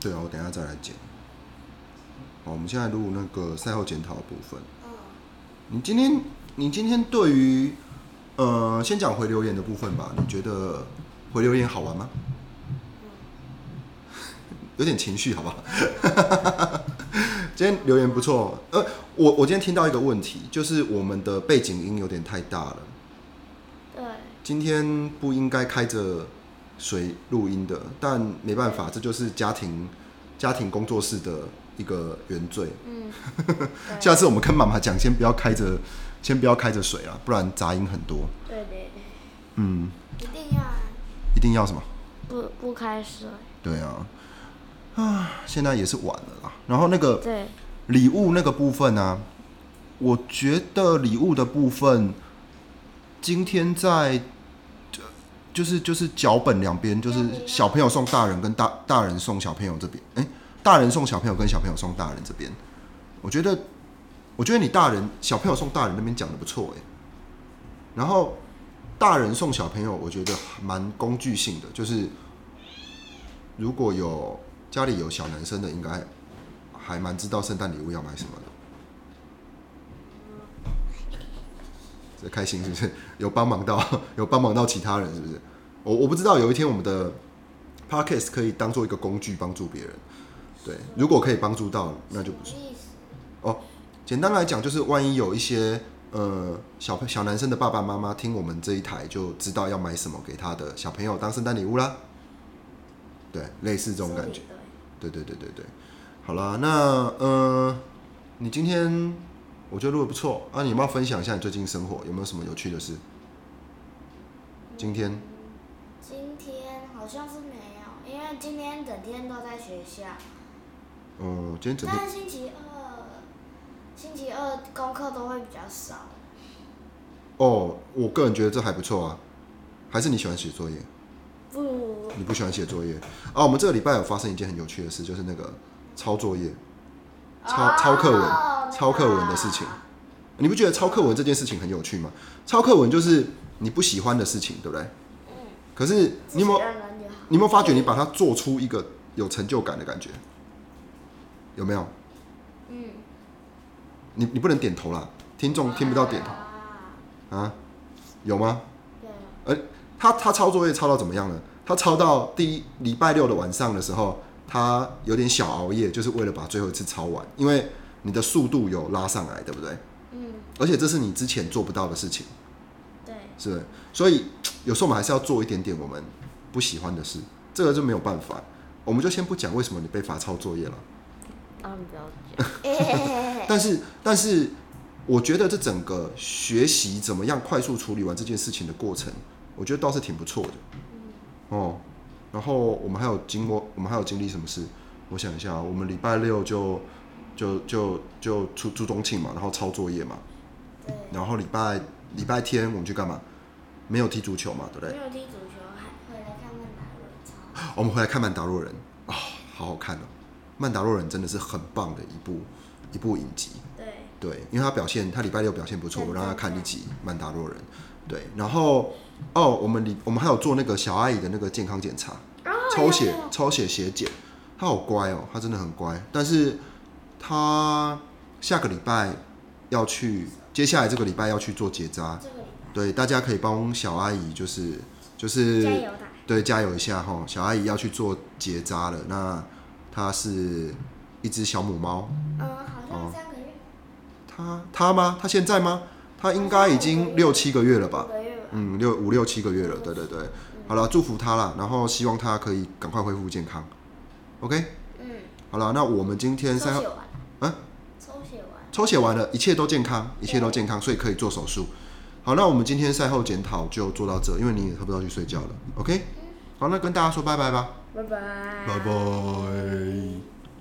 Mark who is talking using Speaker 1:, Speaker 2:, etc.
Speaker 1: 对啊，我等一下再来剪。好，我们现在录那个赛后检讨的部分。
Speaker 2: 嗯，
Speaker 1: 你今天，你今天对于，呃，先讲回留言的部分吧。你觉得回留言好玩吗？
Speaker 2: 嗯
Speaker 1: 有点情绪，好不好？ 今天留言不错。呃，我我今天听到一个问题，就是我们的背景音有点太大了。
Speaker 2: 对，
Speaker 1: 今天不应该开着水录音的，但没办法，这就是家庭家庭工作室的一个原罪。
Speaker 2: 嗯，
Speaker 1: 下次我们跟妈妈讲，先不要开着，先不要开着水啦，不然杂音很多。
Speaker 2: 对对，
Speaker 1: 嗯，
Speaker 2: 一定要啊，
Speaker 1: 一定要什么？
Speaker 2: 不不开水，
Speaker 1: 对啊，啊，现在也是晚了啦。然后那个
Speaker 2: 对，
Speaker 1: 礼物那个部分呢、我觉得礼物的部分，今天在就就是就是脚本两边，就是小朋友送大人跟大大人送小朋友这边，哎、大人送小朋友跟小朋友送大人这边，我觉得我觉得你大人小朋友送大人那边讲的不错哎、然后大人送小朋友，我觉得蛮工具性的，就是如果有家里有小男生的，应该还蛮知道圣诞礼物要买什么的。这开心是不是？有帮忙到， 有帮忙到其他人是不是？我我不知道，有一天我们的 podcast 可以当做一个工具帮助别人。对，如果可以帮助到，那就不错。
Speaker 2: 什么意思？
Speaker 1: 哦，简单来讲就是，万一有一些呃小朋小男生的爸爸妈妈听我们这一台，就知道要买什么给他的小朋友当圣诞礼物啦。对，类似这种感觉。
Speaker 2: 说得
Speaker 1: 对对对对对，好啦，那呃，你今天我觉得录的不错啊，你要不要分享一下你最近生活有没有什么有趣的事？今天
Speaker 2: 对。今天好像是没有，因为今天整天都在学校，
Speaker 1: 呃，今天整天
Speaker 2: 但是星期二，星期二功课都会比较少。
Speaker 1: 哦，我个人觉得这还不错啊，还是你喜欢写作业？
Speaker 2: 不，
Speaker 1: 你不喜欢写作业啊？我们这个礼拜有发生一件很有趣的事，就是那个抄作业、抄
Speaker 2: 哦
Speaker 1: 抄课文、
Speaker 2: 那个
Speaker 1: 抄课文的事情。你不觉得抄课文这件事情很有趣吗？抄课文就是你不喜欢的事情，对不对？可是你有没有
Speaker 2: 自己认真就好
Speaker 1: 你有没有发觉你把它做出一个有成就感的感觉？有没有？
Speaker 2: 嗯。
Speaker 1: 你你不能点头啦，听众听不到点头
Speaker 2: 啊，
Speaker 1: 啊？有吗？
Speaker 2: 对啊，
Speaker 1: 他他抄作业抄到怎么样呢？他抄到第一礼拜六的晚上的时候，他有点小熬夜，就是为了把最后一次抄完，因为你的速度有拉上来，对不对？
Speaker 2: 嗯，
Speaker 1: 而且这是你之前做不到的事情，
Speaker 2: 对，
Speaker 1: 是不是？所以有时候我们还是要做一点点我们不喜欢的事，这个就没有办法。我们就先不讲为什么你被罚抄作业了。
Speaker 3: 当然不要讲，
Speaker 1: 但是，但是，我觉得这整个学习怎么样快速处理完这件事情的过程，我觉得倒是挺不错的。哦，然后我们还有经过，我们还有经历什么事？我想一下啊，我们礼拜六就就就就出出中庆嘛，然后抄作业嘛，
Speaker 2: 对。
Speaker 1: 然后礼拜礼拜天我们去干嘛？没有踢足球嘛，对不对
Speaker 2: 没？有踢足球，还回来看看哪轮超。
Speaker 1: 我们回来看曼达洛人啊、好好看哦！曼达洛人真的是很棒的一部一部影集。
Speaker 2: 对，
Speaker 1: 对，因为他表现，他礼拜六表现不错，
Speaker 2: 对
Speaker 1: 我让他
Speaker 2: 对
Speaker 1: 看
Speaker 2: 对
Speaker 1: 一集《曼达洛人》。对，然后哦，我们礼我们还有做那个小阿姨的那个健康检查，
Speaker 2: 哦
Speaker 1: 抽血抽血血检，她好乖哦，她真的很乖。但是她下个礼拜要去，接下来这个礼拜要去做结扎。
Speaker 2: 这个礼拜
Speaker 1: 对，大家可以帮小阿姨，就是就是
Speaker 2: 加油打。
Speaker 1: 对，加油一下哈！小阿姨要去做结扎了，那她是一只小母猫。
Speaker 2: 嗯，好像
Speaker 1: 哦
Speaker 2: 三个月，
Speaker 1: 他他吗？他现在吗？他应该已经六七个月了吧
Speaker 2: 五？个月吧。
Speaker 1: 嗯，六五六七个月了。对对对，好了，祝福他啦，然后希望他可以赶快恢复健康。OK，
Speaker 2: 嗯，
Speaker 1: 好了，那我们今天
Speaker 2: 抽
Speaker 1: 三号
Speaker 2: 血完，
Speaker 1: 啊，
Speaker 2: 抽血完。
Speaker 1: 抽血完了，一切都健康，一切都健康，所以可以做手术。好，那我们今天赛后检讨就做到这，因为你也差不多要去睡觉了。OK，好，那跟大家说拜拜吧，
Speaker 2: 拜拜。
Speaker 1: 拜拜。